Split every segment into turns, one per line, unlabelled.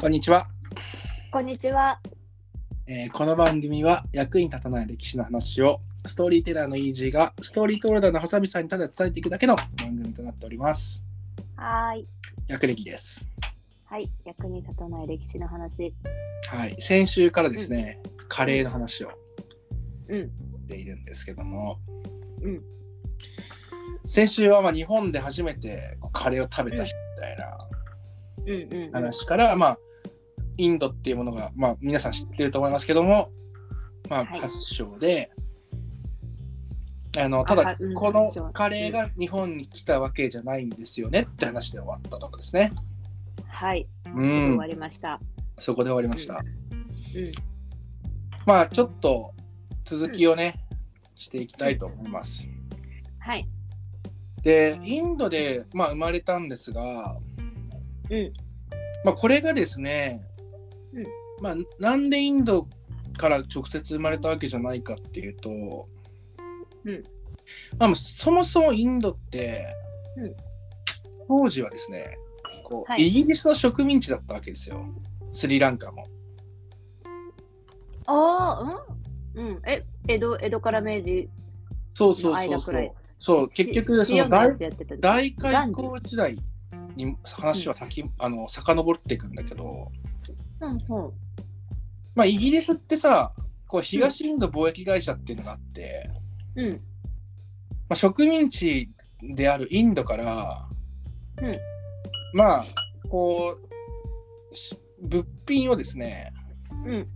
こんにちは、
こんにちは。
えーこの番組は役に立たない歴史の話をストーリーテラーのイージーがストーリートールダーのハサミさんにただ伝えていくだけの番組となっております。
はーい。
役歴です。
はい。役に立たない歴史の話。
はい。先週からですね、カレーの話を
うん。
しているんですけども、
うん
先週はまあ日本で初めてこうカレーを食べた人みたいな
うんうん。
話から、まあ、インドっていうものが、まあ、皆さん知ってると思いますけども、まあ、
はい
発祥で、あのた
あ
だ
あうん
このカレーが日本に来たわけじゃないんですよねって話で終わったとこですね。
はい。
う
終
ん
わ、りました。
そこで終わりました。
うんうん
まあちょっと続きをね、していきたいと思います。
はい。
でインドで、まあ、生まれたんですが、
うん
まあ、これがですね、
うん
まあ、なんでインドから直接生まれたわけじゃないかっていうと、
うん
まあ、そもそもインドって、
うん
当時はですねこう、
はい
イギリスの植民地だったわけですよスリランカも。
ああ、うん。うん。え、江戸、江戸から明治。
そうそうそう
間く
そ
ら
う
い
そう結局
し
その
塩のや
大
つやってたんです
大開口時代に話は先、あの遡っていくんだけど。
うんうん。
まあ、イギリスってさこう東インド貿易会社っていうのがあって、
うん。
まあ、植民地であるインドから、
うん
まあこうし物品をですね
うん。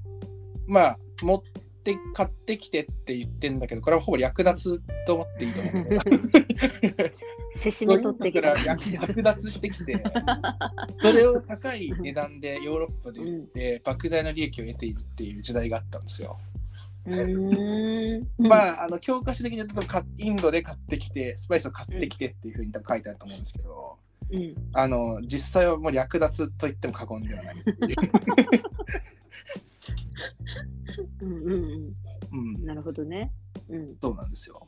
まあ持って買ってきてって言ってんだけどこれはほぼ略奪と思っていいと思うん だけど
せしめ取ってきた感じ
略。略奪してき てそれを高い値段でヨーロッパで売って、莫大な利益を得ているっていう時代があったんですよ。
うーん。あ。
まあ、あの教科書的に言うとかインドで買ってきてスパイスを買ってきてっていうふうに多分書いてあると思うんですけど、
うん。
あの実際はもう略奪と言っても過言ではないっていう、
うんうん
う
うん。
ん、
なるほどね。うん。
そうなんですよ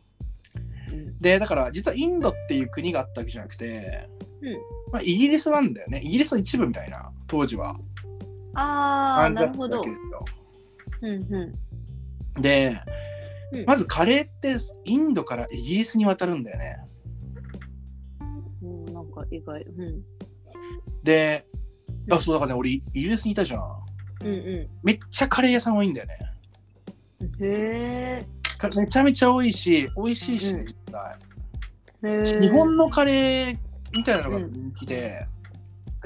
うん。
でだから実はインドっていう国があったわけじゃなくて、
うん
まあ、イギリスなんだよねイギリスの一部みたいな当時は
ああ、
感じ
な
だ
る
っ
ほ
た
ど
わけ。ですよ
うんう
で、
うん
まずカレーってインドからイギリスに渡るんだよね
ん。うん、なんか意外。うん。
で
う
あ
ん
そうだからね俺イギリスにいたじゃん
うんう
めっちゃカレー屋さん多いんだよね
ん。へ
かめちゃめちゃ多いし美味しいしね、
うん
実際
え。へー
日本のカレーみたいなのが人気で、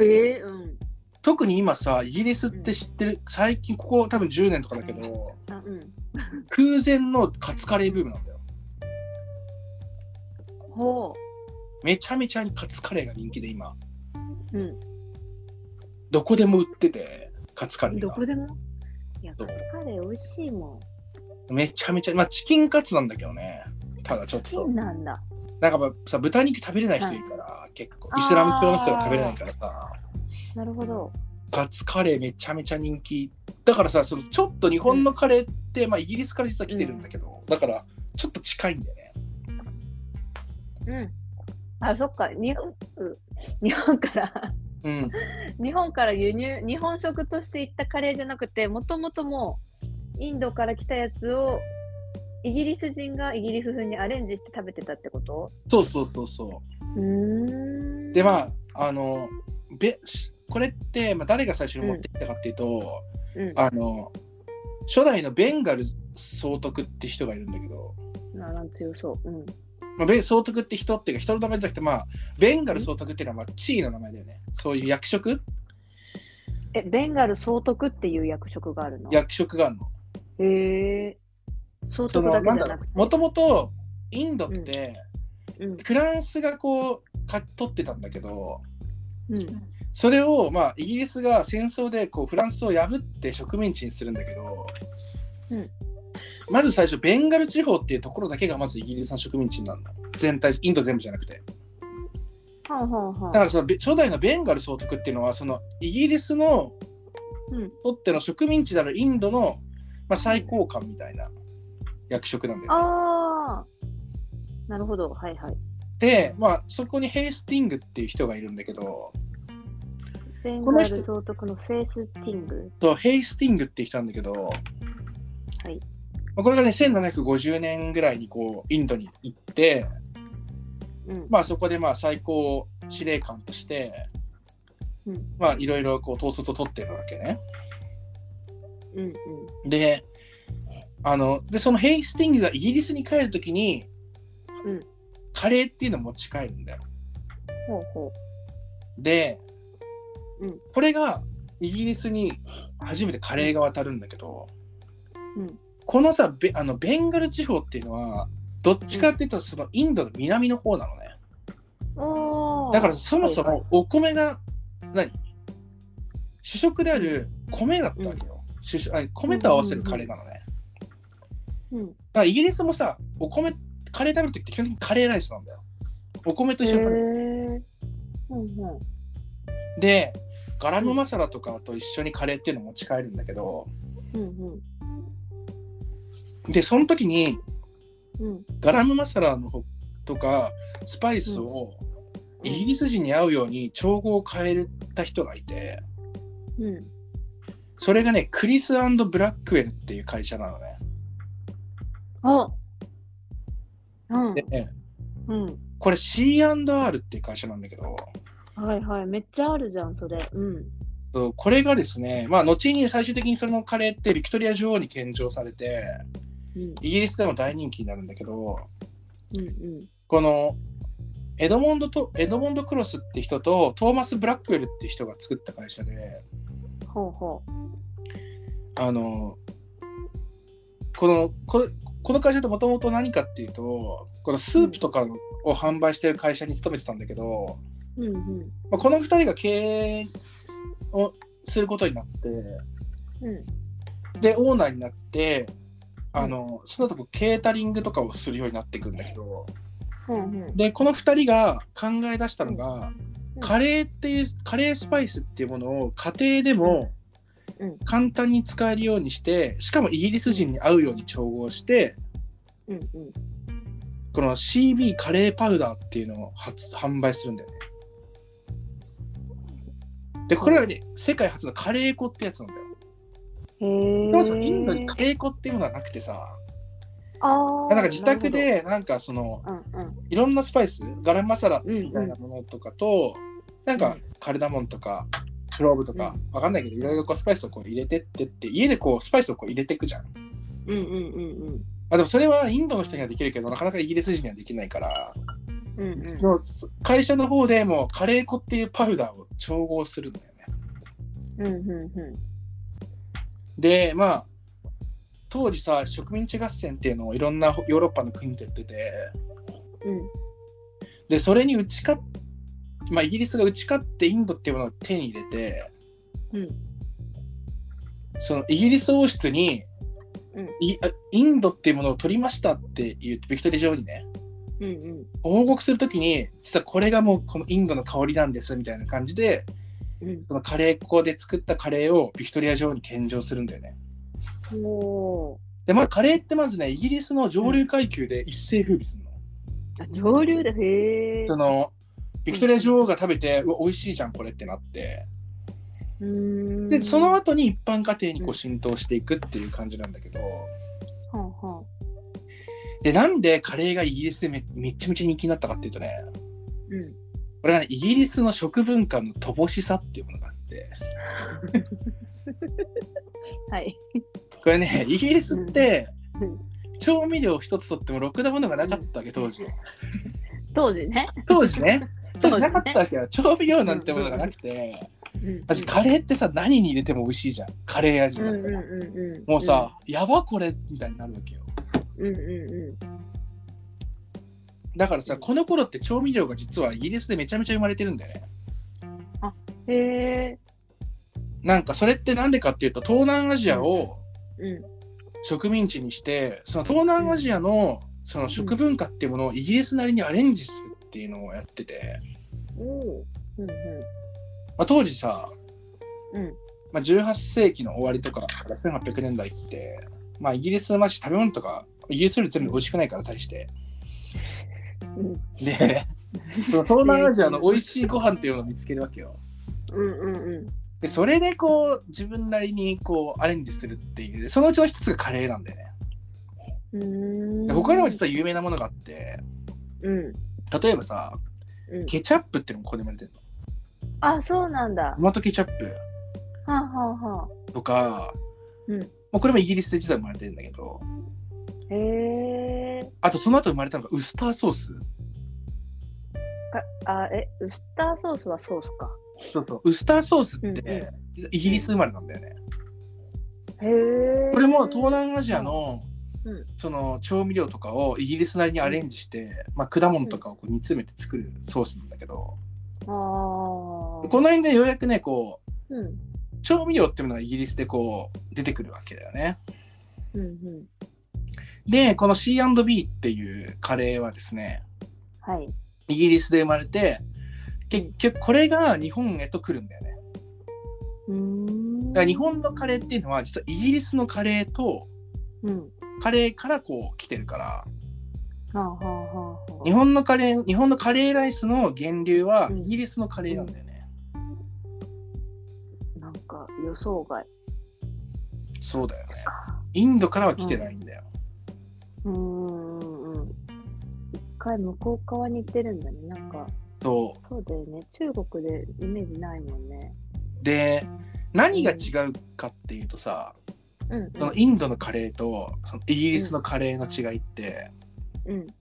ええうん。
特に今さイギリスって知ってる最近ここ多分10年とかだけど、
あ、うん。
空前のカツカレーブームなんだよ
ほ
めちゃめちゃカツカレーが人気で今
う。うん。
どこでも売っててカツカレー
ど
が
こでも。いや、
ど
カ
う
ツカレー美味しいもん。
めちゃめちゃまあチキンカツなんだけどねただちょっ
チキ
と
ンなんだ。
なんかやっぱさ豚肉食べれない人いるから、結構イスラム教の人が食べれないからさ
なるほど。
カツカレーめちゃめちゃ人気だからさそのちょっと日本のカレーって、まあ、イギリスから実は来てるんだけど、だからちょっと近いんだよね
うん。あ、そっか。日本、う日本から、
うん
日本から輸入、日本食としていったカレーじゃなくて、もともともう、インドから来たやつを、イギリス人がイギリス風にアレンジして食べてたってこと
そうそうそうそう
ーん。
うでまああのべこれって、まあ、誰が最初に持ってきたかっていうと、
うん、
あの初代のベンガル総督って人がいるんだけど、
ななん強そう。うん。
まあ、ベ総督って人っていうか人の名前じゃなくてまあベンガル総督っていうのはまあ地位の名前だよねそういう役職
え、ベンガル総督っていう役職があるの
役職があるの
へえ。総
そ
督
の
だけ
なん
じ
だ
ゃ
ろ
な
う
くて。
もともとインドって、
うん
フランスがこうか取ってたんだけど
うん
それをまあイギリスが戦争でこうフランスを破って植民地にするんだけど、
うん
まず最初ベンガル地方っていうところだけがまずイギリスの植民地になるの全体インド全部じゃなくて
はあはあ
だ
は
か
あ
らそのべ初代のベンガル総督っていうのはそのイギリスの
うん
とっての植民地であるインドの、まあ、最高官みたいな役職なんだよね。
あーなるほど、はいはい。
で、まあ、そこにヘイスティングっていう人がいるんだけど
ベン
この
ガー
人
ル総督のフェイスティング。
そうヘイスティングって人なんだけど、
い
まあこれがね1750年ぐらいにこうインドに行って、
うん。
まあ、そこでまあ最高司令官として、
うん
まあいろいろこう統率を取ってるわけね。
うんうん。
であのでそのヘイスティングがイギリスに帰るときに、
うん
カレーっていうのを持ち帰るんだよ。
ほうほ
で、
うん
これがイギリスに初めてカレーが渡るんだけど、
うん
このさベあのベンガル地方っていうのはどっちかっていうとそのインドの南の方なのね。
う。おー
だからそもそ
はいは
もお米が何主食である米だったわけよ。主食あ米と合わせるカレーなのね。
うん。
だからイギリスもさ、お米、カレー食べるときって基本的にカレーライスなんだよ。お米と一緒に食べる。
へーうんうん。
で、ガラムマサラとかと一緒にカレーっていうのを持ち帰るんだけど、
うん
で、その時に
うん。うん。
ガラムマサラのほとかスパイスをイギリス人に合うように調合を変えた人がいて、
うん。
それがね、クリスブラックウェルっていう会社なのね。
あうん
で、。
うん。
これ C&R っていう会社なんだけど、
はいはい。めっちゃあるじゃん、それ。うん。
そうこれがですね、まあ、後に最終的にそのカレーってビクトリア女王に献上されて、
うん
イギリスでも大人気になるんだけど、
うんうん。
このエドモンドとエドモンド・クロスって人とトーマス・ブラックウェルって人が作った会社で、
ほうほ
あのこのこれこの会社ってもともと何かっていうと、このスープとかを販売してる会社に勤めてたんだけど、
う。うんうん。
まあ、この2人が経営をすることになって、
うん。
でオーナーになってあの、その後こうケータリングとかをするようになっていくんだけど
うんうん。
でこの2人が考え出したのが、
うん
カレーっていうカレースパイスっていうものを家庭でも
うん
簡単に使えるようにしてしかもイギリス人に合うように調合して
うんうん。
この CB カレーパウダーっていうのを発販売するんだよね。でこれはね世界初のカレー粉ってやつなんだよ。
へ
そ
ー
もそもインドにカレー粉っていうものはなくてさ
あー
なんか自宅。でなんかその
なるほどうん
いろんなスパイスガラムマサラみたいなものとかと、なん
う
か
ん
カルダモンとかクローブとか、わかんないけどいろいろこうスパイスをこう入れてってって家でこうスパイスをこう入れていくじゃん
うん。うんうんうん
あでもそれはインドの人にはできるけどなかなかイギリス人にはできないから、
うん。うんうん。
もう会社の方でもうカレー粉っていうパウダーを調合するんだよね
うんうんうん。
でまあ当時さ植民地合戦っていうのをいろんなヨーロッパの国とやってて
うん
でそれに打ち勝っまあイギリスが打ち勝ってインドっていうものを手に入れて、
うん
そのイギリス王室に、
うん
いあインドっていうものを取りましたって言ってビクトリア女王にね
うんうん
報告するときに実はこれがもうこのインドの香りなんですみたいな感じで
うん
そのカレー粉で作ったカレーをビクトリア女王に献上するんだよね。
おー
でまあカレーってまずねイギリスの上流階級で一世風靡するの。
あ上流だへえ
そのビクトリア女王が食べて、うわ美味しいじゃんこれってなってでその
は
後に一般家庭にこう浸透していくっていう感じなんだけど
あはあ
でなんでカレーがイギリスでめめっちゃめちゃ人気になったかっていうとね
うん
これはねイギリスの食文化の乏しさっていうものがあって
はい
これねイギリスって
うんう
調味料一つとってもろくなものがなかったわけ当時
当時ね
当時 ね当時なかった
当
わけよ調味料なんてものがなくて
時ね
私カレーってさ何に入れても美味しいじゃんカレー味
うん
だ
う
った
んうん
ら
うんうん
もうさやばこれみたいになるわけよ
うんうん
だからさ
うん
この頃って調味料が実はイギリスでめちゃめちゃ生まれてるんだよね
うんへえ
なんかそれってなんでかっていうと東南アジアを
うん
植民地にしてその東南アジアのその食文化っていうものをイギリスなりにアレンジするっていうのをやってて、
おおうんう
まあ、当時さ、
んうん
まあ、18世紀の終わりとかから1800年代って、まあ、イギリスの街食べ物とかイギリスより全部美味しくないから対して
うん
でその東南アジアの美味しいご飯っていうのを見つけるわけよ
うんうんうん。
でそれでこう自分なりにこうアレンジするっていうそのうちの一つがカレーなんでね
うーん
で他にも実は有名なものがあって
うん、
例えばさ
うん、
ケチャップっていうのもここでも出てるの
あそうなんだ。は
トマトケチャップ
あ、はあはあ、
とか、
うん
まあこれもイギリスで実は生まれてるんだけど
へえ。
あとその後生まれたのがウスターソース
かあえウスターソースはソースか。
そうそうウスターソースって、
うんう
実はイギリス生まれなんだよね、
へえ。
これも東南アジアの、
うん
その調味料とかをイギリスなりにアレンジして、まあ、果物とかをこう煮詰めて作るソースなんだけど、
ああ。
この辺でようやくねこう
うん
調味料っていうのがイギリスでこう出てくるわけだよね
うんうん。
でこの C&B っていうカレーはですね
はい。
イギリスで生まれて結局これが日本へと来るんだよね
うーん
だから日本のカレーっていうのは実はイギリスのカレーと
うん。
カレーからこう来てるから
はあはあはあはあ。
日本のカレー日本のカレーライスの源流は
うん
イギリスのカレーなんだよね、
なんか予想外。
そうだよねインドからは来てないんだよ、
うーんうんうん。一回向こう側に行ってるんだね。なんか
そ
そうだよね。中国でイメージないもんね。
うで何が違うかっていうとさ、
うん
そのインドのカレーとそのイギリスのカレーの違いって、
うんうん。
ま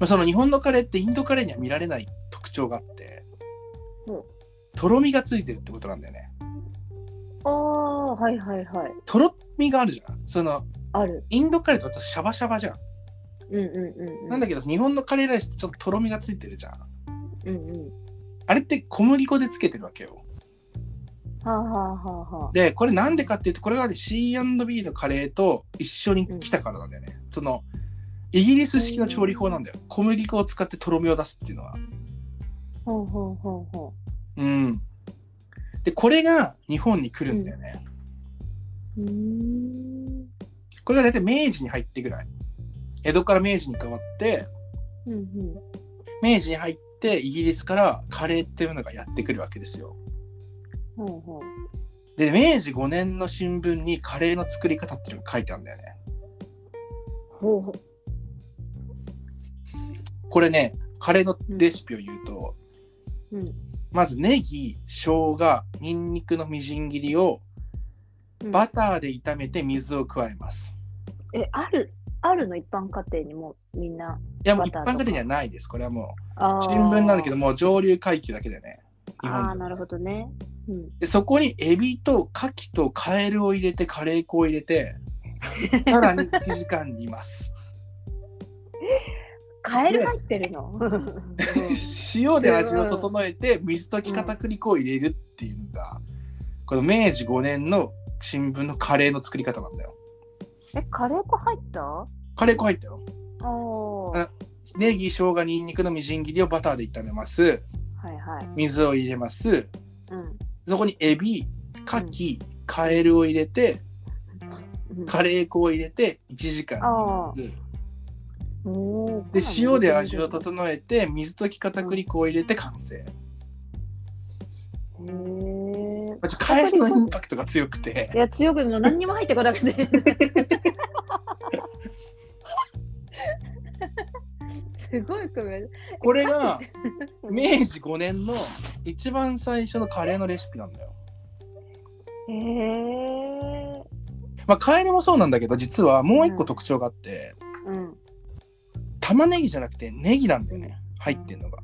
あ、その日本のカレーってインドカレーには見られない特徴があって、
うん
とろみがついてるってことなんだよね
ああはいはいはい。
とろみがあるじゃんその
ある。
インドカレーとかシャバシャバじゃん、
うんうんうんうん。
なんだけど日本のカレーライスってちょっととろみがついてるじゃん
うんうん。
あれって小麦粉でつけてるわけよ
はあはあはあはあ。
でこれなんでかっていうとこれがね C&B のカレーと一緒に来たからなんだよね、そのイギリス式の調理法なんだよ小麦粉を使ってとろみを出すっていうのは
ほうほうほうほ
うんでこれが日本に来るんだよね、
う。うーん。
これが大体明治に入ってぐらい江戸から明治に変わって
うんうん。
明治に入ってイギリスからカレーっていうのがやってくるわけですよ
ほうほう。
で明治5年の新聞にカレーの作り方っていうのが書いてあるんだよね
ほうほう。
これねカレーのレシピを言うと、
うん
まずネギ生姜ニンニクのみじん切りを
うん
バターで炒めて水を加えます、
え、ある、あるの一般家庭にもみんな。
いやもう
バ
一
ター
般
とか
家庭にはないですこれはも
あ
う
ー
新聞なんだけど。もう上流階級だけでね日本で
ああ、なるほどね。うん。
でそこにエビとカキとカエルを入れてカレー粉を入れてさらに1時間煮ます
カエル入ってるの。
塩で味を整えて水溶き片栗粉を入れるっていうのがこの明治5年の新聞のカレーの作り方なんだよ
え、カレー粉入った。あ
カレー粉入ったよ
あ。は
あネギ生姜ニンニクのみじん切りをバターで炒めます
いはい。
水を入れます
うん。
そこにエビカキカエルを入れて
うん
カレー粉を入れて1時間煮ます
おー
で塩で味を整えて水溶き片栗粉を入れて完成、
へえ。
まあ、ちょカエルのインパクトが強くて
いや、強くもう何にも入ってこ なくて。すごい組み合わせ
これが
うん
明治5年の一番最初のカレーのレシピなんだよ、
へえ。
まあ、カエルもそうなんだけど実はもう一個特徴があって、
うん。
玉ねぎじゃなくてネギなんだよね入ってんのが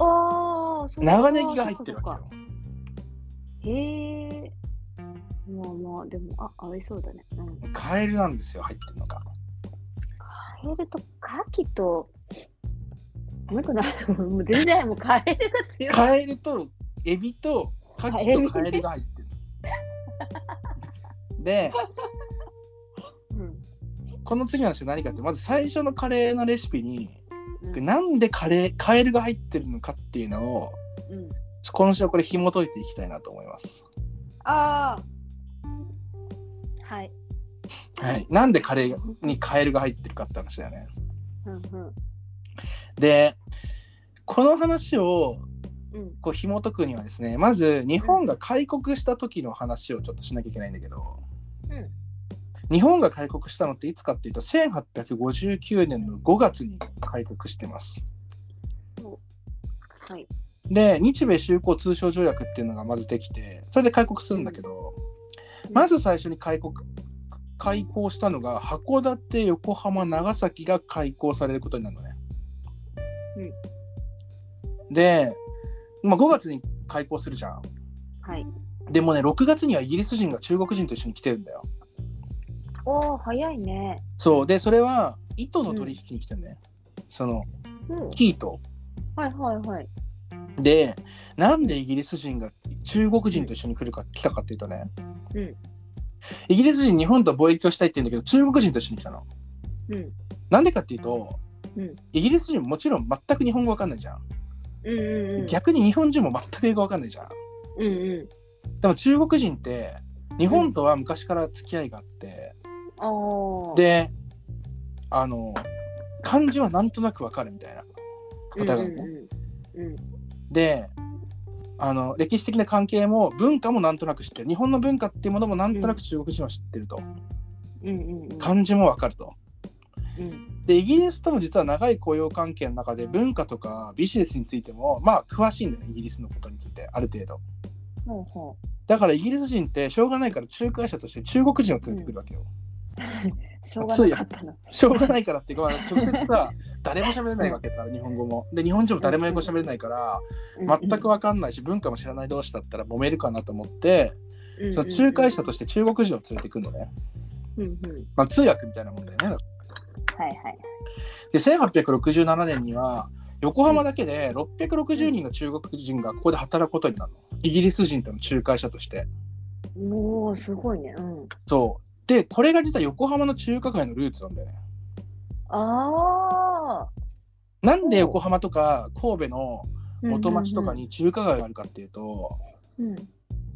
ああ、そうか
長ネギが入ってるわけ。よ
へえ。まあまあ、でも、あ、合いそうだね。うん。
カエルなんですよ入ってんのが
カエルとカキと。もう一個な、もう全然、もうカエルが強い。
カエルとエビとカキとカエルが入ってるで
うん
この次の話は何かってまず最初のカレーのレシピに
うん
なんでカレーカエルが入ってるのかっていうのを
うん。
今週はこれ紐解いていきたいなと思います。
ああ。はい。
はい、なんでカレーにカエルが入ってるかって話だよね。
うんうん。
でこの話を
うん。
こう紐解くにはですねまず日本が開国した時の話をちょっとしなきゃいけないんだけど、
うん
日本が開国したのっていつかっていうと1859年の5月に開国してます。
はい。
で日米修好通商条約っていうのがまずできてそれで開国するんだけど、
うん
まず最初に開国開港したのが函館横浜長崎が開港されることになるのね。で、まあ、5月に開港するじゃん。
はい。
でもね6月にはイギリス人が中国人と一緒に来てるんだよ。
おお、早いね。
そうでそれは糸の取引に来てるね、その
うん。
生糸
はいはいはい。
でなんでイギリス人が中国人と一緒に来るか来たかっていうとね、
うん
イギリス人日本と貿易をしたいって言うんだけど中国人と一緒に来たの。
うん。
なんでかっていうと、
うん
イギリス人もちろん全く日本語わかんないじゃん、
うんうんうん。
逆に日本人も全く英語わかんないじゃん
うんうん。
でも中国人って日本とは昔から付き合いがあって、
ああ。、
であの漢字はなんとなくわかるみたいなお互いね、
うんうんうん。
であの歴史的な関係も文化もなんとなく知ってる日本の文化っていうものもなんとなく中国人は知ってると、
うんうんうん。
漢字もわかると
うん
でイギリスとも実は長い雇用関係の中で文化とかビジネスについてもまあ詳しいんだよねイギリスのことについてある程度
ほうほう。
だからイギリス人ってしょうがないから仲介者として中国人を連れてくるわけよ、
しょうがなかったな。
しょうがないからっていうか、まあ直接さ誰も喋れないわけだから日本語もで日本人も誰も英語喋れないから全くわかんないし文化も知らない同士だったら揉めるかなと思って
うん。
その仲介者として中国人を連れてくるのね、
うんうん。
まあ、通訳みたいなもんだよね。
はいはい。
で1867年には横浜だけで660人の中国人がここで働くことになるのイギリス人との仲介者として。
おお、すごいね。うん。
そうでこれが実は横浜の中華街のルーツなんだよね。
ああ。
なんで横浜とか神戸の元町とか
に。
に中華街があるかっていうと
うん。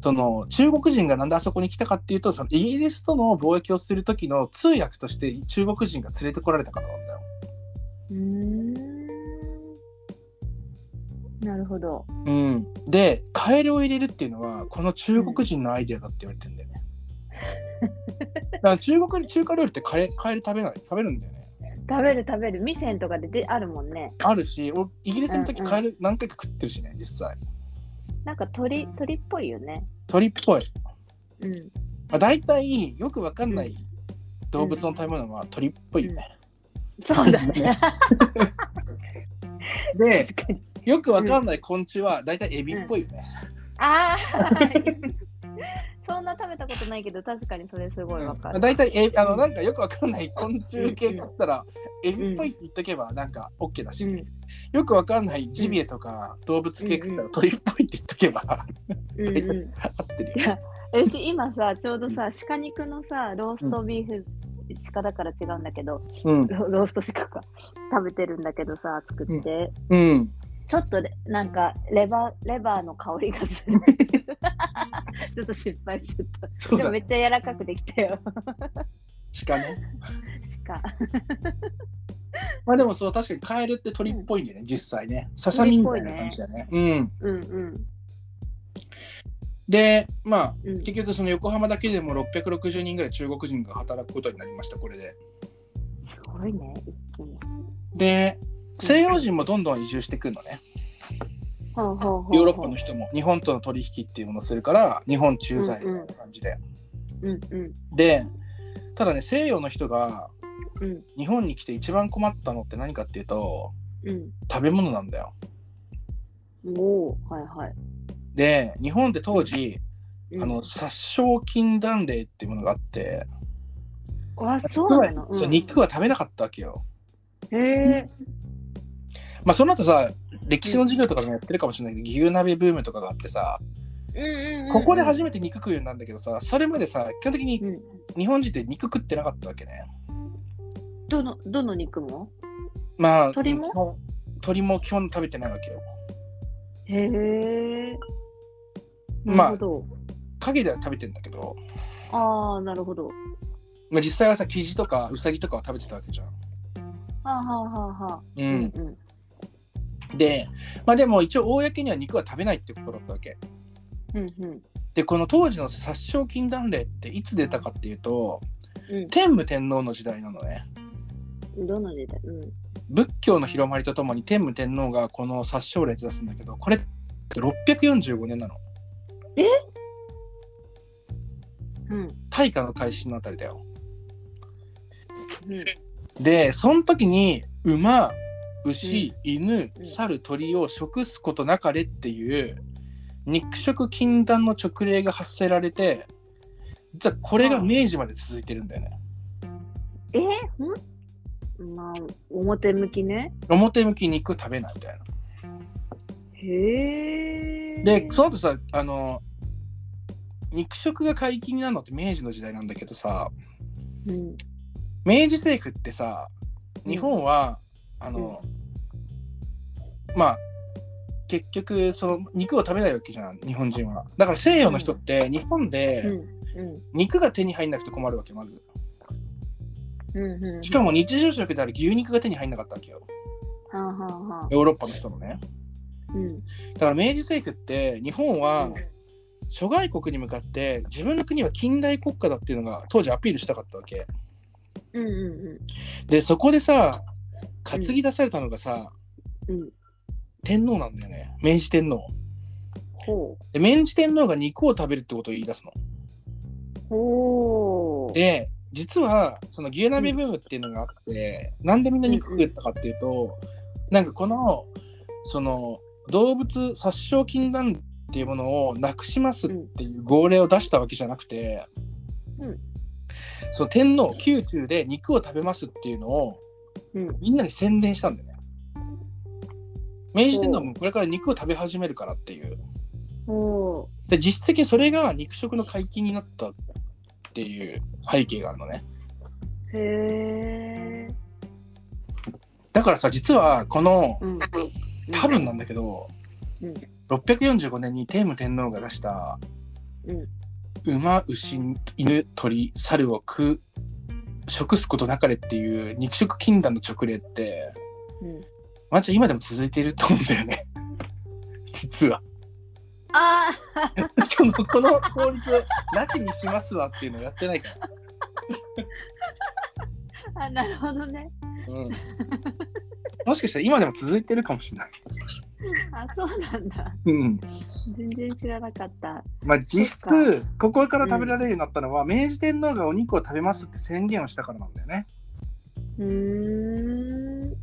その中国人がなんであそこに来たかっていうとそのイギリスとの貿易をする時の通訳として中国人が連れてこられたからなんだよ。
うーん。なるほど。
うん、で改良を入れるっていうのはこの中国人のアイデアだって言われてんだよね。だから中国中華料理ってカレーカエル食べない食べるんだよね。
食べる食べる。味仙とかでであるもんね。
あるし俺イギリスの時
うんうん
カエル何回か食ってるしね実際。
なんか鳥、鳥っぽいよね。
鳥っぽい。
うん。
まあ、大体よくわかんな
う
い動物の食べ物は鳥っぽいよね。
そうだね。
で
確かに。
よくわかんない昆虫は大体エビっぽいよね。
ああ。 そんな食べたことないけど、確かにそれすごいわか
うん
る。
大体えあのなんかよくわかんない昆虫系だったら、エビっぽいって言っとけばなんか OK だし、
うん。
よくわかんないジビエとか動物系食ったら鳥っぽいって言っとけば
うん
合
うん。
ってるよ
い。や、うち今さ、ちょうどさ、鹿肉のさ、ローストビーフ、鹿だから違うんだけど、
うん
ロロースト鹿か、食べてるんだけどさ、作って、
うん
ちょっとでなんかレバー、レバーの香りがす る。ちょっと失敗しちゃっ
そ
た。
う
でも
だ
め
ね
っちゃ柔らかくできたよ、
鹿ね
鹿。
まあでもそう確かにカエルって鳥っぽいんだよね実際ねささみみたいな感じだねうん
うんうん。
でまあ
うん、
結局その横浜だけでも660人ぐらい中国人が働くことになりましたこれです
ごいね、一気に。
で西洋人もどんどん移住してくるのね
ほうほうほうほう
ヨーロッパの人も日本との取引っていうものをするから日本駐在みたいな感じで、
うんうん
でただね西洋の人が
うん
日本に来て一番困ったのって何かっていうと
うん。
食べ物なんだよ
おーはいはい。
で日本って当時、
うん
あの殺傷禁断令っていうものがあって
あ、そうな
つま
の、
りそう
うん
肉は食べなかったわけよ
へえ。
まあその後さ歴史の授業とかでもやってるかもしれないけど牛鍋ブームとかがあってさ
うんうんうんうん
ここで初めて肉食うようになるんだけどさそれまでさ基本的に
うん
日本人って肉食ってなかったわけね
どのどの肉も
まあ
鶏も
基本鶏も基本食べてないわけよ
へえ。
まあ
なるほど。
影では食べてんだけど、
ああ、なるほど。
まあ、実際はさキジとかウサギとかは食べてたわけじゃん
はあはあはあはあ。
う、
うんうん。
で、まあでも一応公には肉は食べないってことだったわけ。
うんうん
で、この当時の殺傷禁断令っていつ出たかっていうと、
う
天武天皇の時代なのね。
んどの時代うん
仏教の広まりとともに天武天皇がこの殺傷令って出すんだけど、これって645年なの。
うん
大化の改新のあたりだよ。
うん
で、その時に馬、牛、犬
う、ん
猿、鳥を食すことなかれっていう肉食禁断の勅令が発せられて、実はこれが明治まで続いてるんだよね。
えほんまあ表向きね
表向き肉食べないみたいな。
へえ
で、その後さ、あの、肉食が解禁になるのって明治の時代なんだけどさ、
うん
明治政府ってさ、日本は、あの、まあ、結局、その肉を食べないわけじゃん、日本人は。だから西洋の人って、日本
うん
で
う
肉が手に入んなくて困るわけ、まず。
んうんうん
しかも日常食である牛肉が手に入んなかったわけよ、
はあはあはあ
ヨーロッパの人のね。
うん
だから明治政府って、日本は、諸外国に向かって自分の国は近代国家だっていうのが当時アピールしたかったわけ
うんうん
でそこでさ担ぎ出されたのがさ、
うんうん
天皇なんだよね明治天皇
ほ
で明治天皇が肉を食べるってことを言い出すの
うほう
で実はその牛鍋ブームっていうのがあって、なんでみんな肉食ったかっていうと、なんかこのその動物殺傷禁断っていうものをなくしますっていう号令を出したわけじゃなくて、
うん
その天皇宮中で肉を食べますっていうのを
うん
みんなに宣伝したんだよね。明治天皇もこれから肉を食べ始めるからっていう。
ほ
で実質的にそれが肉食の解禁になったっていう背景があるのね。
うへえ
だからさ実はこの
うん
多分なんだけど、
うん
645年に天武天皇が出した、
うん
馬牛犬鳥猿を食う食すことなかれっていう肉食禁断の勅令って
うん
ワンちゃん今でも続いていると思うんだよ ね実は
ああ
そのこの法律をなしにしますわっていうのをやってないから、
あなるほどね。
うん、もしかしたら今でも続いてるかもしれない、
あそうなんだ。
うん、
全然知らなかった。
まあ、実質
そっ
ここから食べられるようになったのは、明治天皇がお肉を食べますって宣言をしたからなんだよね。
うーん。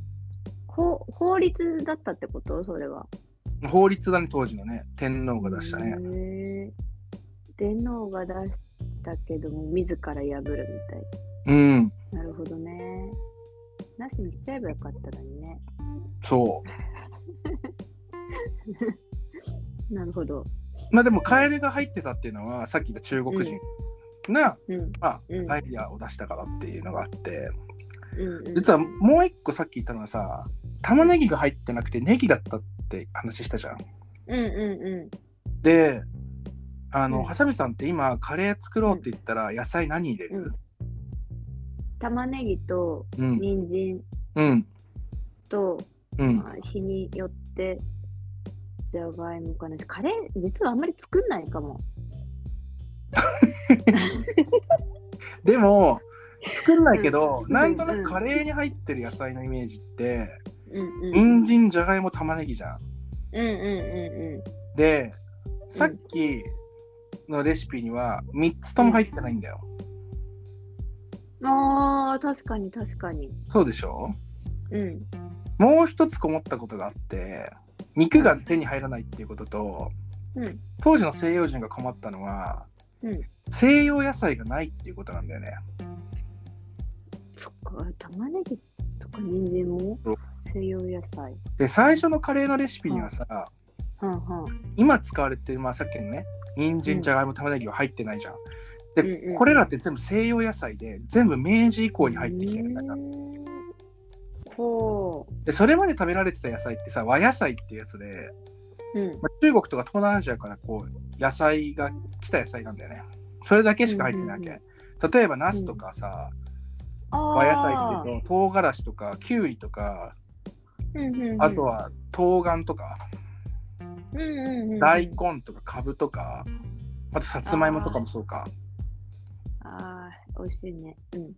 こ法律だったってことそれは。
法律だね当時のね天皇が出したね。
ね。天皇が出したけども自ら破るみたい。
うん
なるほどね。なしにしちゃえばよかったのにね。
そう。
なるほど。
まあでもカエルが入ってたっていうのはさっき言った中国人が、
うん。
ま
うん
あ、アイディアを出したからっていうのがあって
うんうん、
実はもう一個さっき言ったのはさ玉ねぎが入ってなくてネギだったって話したじゃん。
うんうんう
であの、
うん
ハサミさんって今カレー作ろうって言ったら野菜何入れる、
ん。玉ねぎと
うん、
人参
うん、
と、
うん
まあ、日によってじゃがいもかなしカレー実はあんまり作んないかも
でも作んないけど、
うん
なんとなくカレーに入ってる野菜のイメージって
うんうんうん
人参じゃがいも玉ねぎじゃん。
うんう
でさっきのレシピには3つとも入ってないんだよ。
んうんあー確かに確かに
そうでしょ
うん
もう一つ思ったことがあって肉が手に入らないっていうことと
うん
当時の西洋人が困ったのは、
うん
西洋野菜がないっていうことなんだよね。
そっか玉ねぎとか人参も
そう
西洋野菜
で最初のカレーのレシピにはさ
はんはん
今使われてる、まあ、さっきのね人
うん
参じゃがいも玉ねぎは入ってないじゃん。
うん
で、
うんうん
これらって全部西洋野菜で全部明治以降に入ってきてるんだよな
へーほ
でそれまで食べられてた野菜ってさ和野菜っていうやつで、
ううん
まあ、中国とか東南アジアからこう野菜が来た野菜なんだよねそれだけしか入ってないわけ、
うんうん
例えばナスとかさ、
あ
和野菜って
う
いうと唐辛子とかきゅうりとか
うんうんうん
あとは冬瓜とか
うんうんうん
大根とかカブとかあとさつまいもとかもそうか
あー美味しいねうん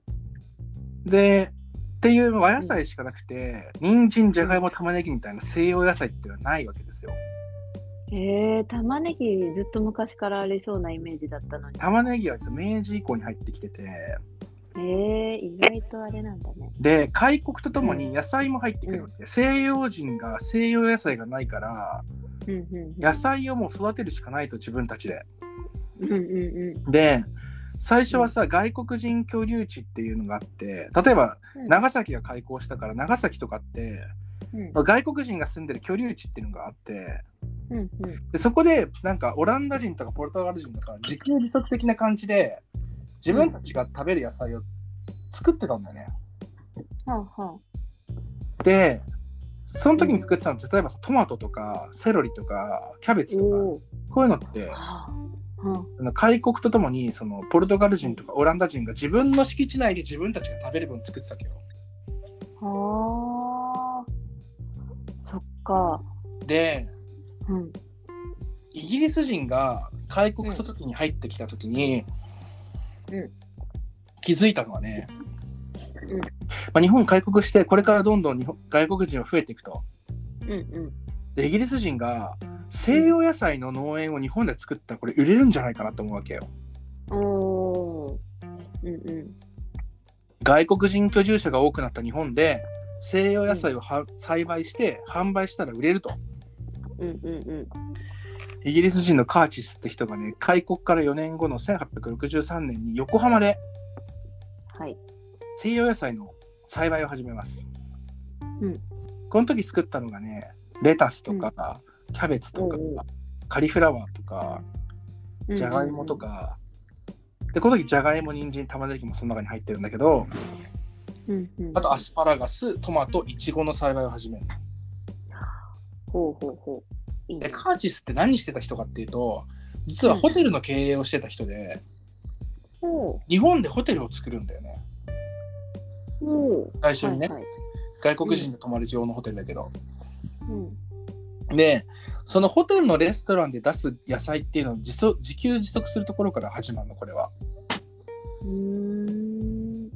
でっていう和野菜しかなくて人参じゃがいも玉ねぎみたいな西洋野菜っていうのはないわけですよ
えー、玉ねぎずっと昔からありそうなイメージだったのに
玉ねぎは実は明治以降に入ってきてて
えー、意外とあれなんだね
で開国とともに野菜も入ってくるわけ、西洋人が西洋野菜がないから
うんうん
野菜をもう育てるしかないと自分たちで
うんうんう
で最初はさ外国人居留地っていうのがあって例えば
ん
長崎が開港したから長崎とかって
うん
外国人が住んでる居留地っていうのがあって
うん
でそこでなんかオランダ人とかポルトガル人とか自給自足的な感じで自分たちが食べる野菜を作ってたんだよね。
はあは
でその時に作ってたのって例えばさトマトとかセロリとかキャベ
あ
ツとか
お
こういうのって
ー
あ
はあはあ
の開国とともにそのポルトガル人とかオランダ人が自分の敷地内で自分たちが食べる分作ってたわけど
はあそっか
で
うん
イギリス人が開国と時に入ってきた時に、
うん
気づいたのはね、
うん
まあ、日本開国してこれからどんどん日本外国人は増えていくと
うんうん
でイギリス人が西洋野菜の農園を日本で作ったらこれ売れるんじゃないかなと思うわけよ
おーうんうん
外国人居住者が多くなった日本で西洋野菜をは、栽培して販売したら売れると
うんうんうん
イギリス人のカーチスって人がね開国から4年後の1863年に横浜で
はい
西洋野菜の栽培を始めます、
うん
この時作ったのがねレタスとか、キャベツとか、
うんうん
カリフラワーとかじゃがいもとか、でこの時じゃがいも人参玉ねぎもその中に入ってるんだけど
うんうん
あとアスパラガストマトイチゴの栽培を始める
ほうほうほういいね
でカーチスって何してた人かっていうと実はホテルの経営をしてた人で
ほ
日本でホテルを作るんだよね
うほう
最初にね、
はいはい
外国人が泊まる用のホテルだけど、
うん
でそのホテルのレストランで出す野菜っていうのを自足自給自足するところから始まるのこれは
うーん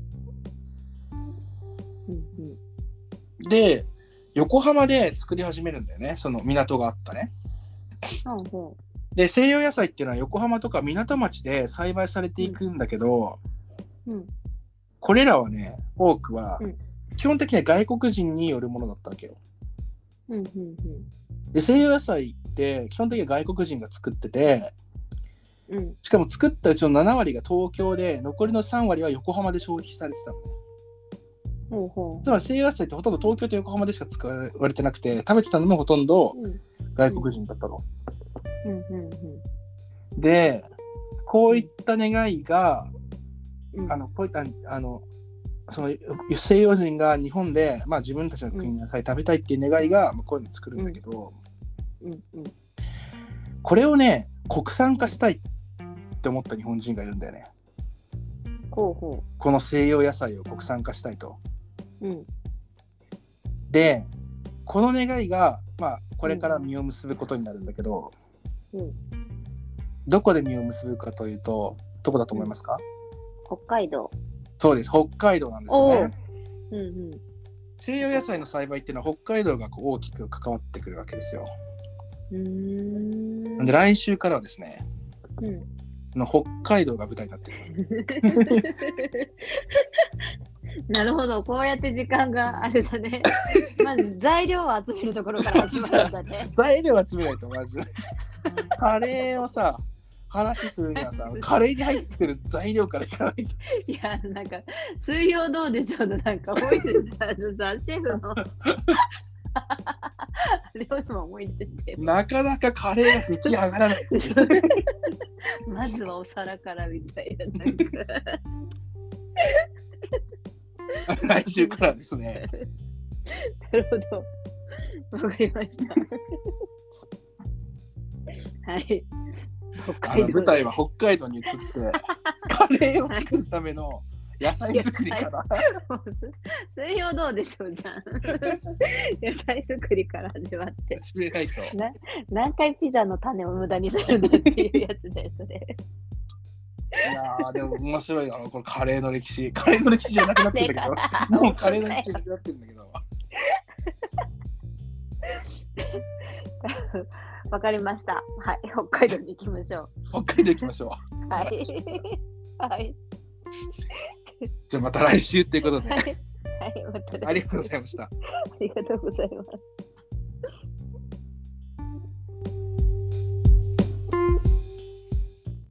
うんうん
で横浜で作り始めるんだよねその港があったね
ほうほ
で西洋野菜っていうのは横浜とか港町で栽培されていくんだけど、
ううん
これらはね多くは、
うん
基本的には外国人によるものだったわけよ
うんうん
で西洋野菜って基本的には外国人が作ってて
うんうん
しかも作ったうちの7割が東京で残りの3割は横浜で消費されてたのね
ほうほ
つまり西洋野菜ってほとんど東京と横浜でしか使われてなくて食べてたのもほとんど
ううん
外国人だったの。
うんうん
でこういった願いが
うん
あのこういったあのその西洋人が日本で、まあ、自分たちの国の野菜食べたいっていう願いが、まあ、こういうのを作るんだけど、
うんうん
これをね国産化したいって思った日本人がいるんだよね。
ほうほ
この西洋野菜を国産化したいと。
ううん
でこの願いが、まあ、これから実を結ぶことになるんだけど、
うん
どこで実を結ぶかというとどこだと思いますか、
北海道
そうです北海道なんですよね。
うんうん
西洋野菜の栽培っていうのは北海道がこう大きく関わってくるわけですよ。
うーん
なんで来週からはですね
うん
あの北海道が舞台になってきます。
なるほどこうやって時間があれ だねまず材料を集めるところから始まるんだ ね
材料集めないとマジで カレーをさ話するには さカレーに入ってる材料からいかないと。
いや、なんか、水曜どうでしょうの、なんか、大泉さんのさ、シェフの。あれを今思い出して。
なかなかカレーが出来上がらない。
まずはお皿からみたいな。なんか
来週からですね。
なるほど。わかりました。はい。北
あ
海
の
道。
舞台は北海道に移ってカレーを作るための野菜作りから。
もうす水曜どうでしょうじゃん野菜作りから始まって
始めないと。
何回ピザの種を無駄にするんだっていうやつですね
いやーでも面白いあのこれカレーの歴史カレーの歴史じゃなくなってんだ けどもうカレーの歴史じゃなくなってんだけど
わかりましたはい北海道に行きましょ
北海道行きましょう
うはいはい
じゃあまた来週ということで
はいはいまた
ありがとうご
い
ざいました
ありがとうございます